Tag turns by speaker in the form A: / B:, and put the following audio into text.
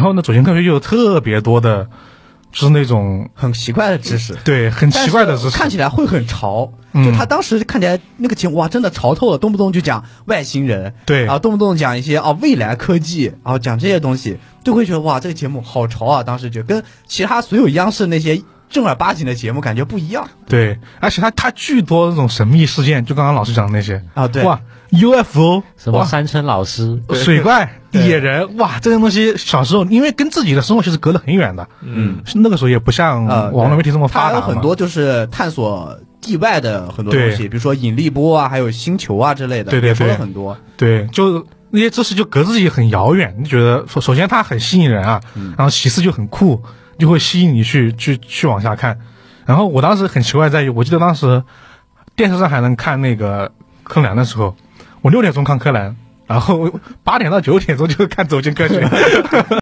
A: 然后呢，走形科学又有特别多的，就是那种
B: 很奇怪的知识，
A: 对很奇怪的知
B: 但
A: 识
B: 是，看起来会很潮。
A: 嗯
B: 就他当时看起来那个节目哇，真的潮透了，动不动就讲外星人，
A: 对
B: 啊，动不动讲一些啊未来科技，然、后讲这些东西，就会觉得哇，这个节目好潮啊！当时就跟其他所有央视那些正儿八经的节目感觉不一样。
A: 对，而且它它巨多那种神秘事件，就刚刚老师讲的那些
B: 啊对
A: 哇 UFO
C: 什么
A: 哇
C: 山村老师，
A: 水怪、野人，哇，这些东西小时候因为跟自己的生活其实隔得很远的，
B: 嗯，
A: 是那个时候也不像
B: 呃，
A: 网络媒体这么发
B: 它
A: 达
B: 有
A: 嘛
B: 很多就是探索地外的很多东西，
A: 对
B: 比如说引力波啊，还有星球啊之类的，
A: 对对
B: 也说了
A: 对
B: 很多。
A: 对，就那些知识就隔自己很遥远，你觉得首首先它很吸引人啊，然后其次就很酷，就会吸引你去去去往下看。然后我当时很奇怪在于，我记得当时电视上还能看那个柯南的时候，我六点钟看柯南，然后八点到九点钟就看《走进科学》。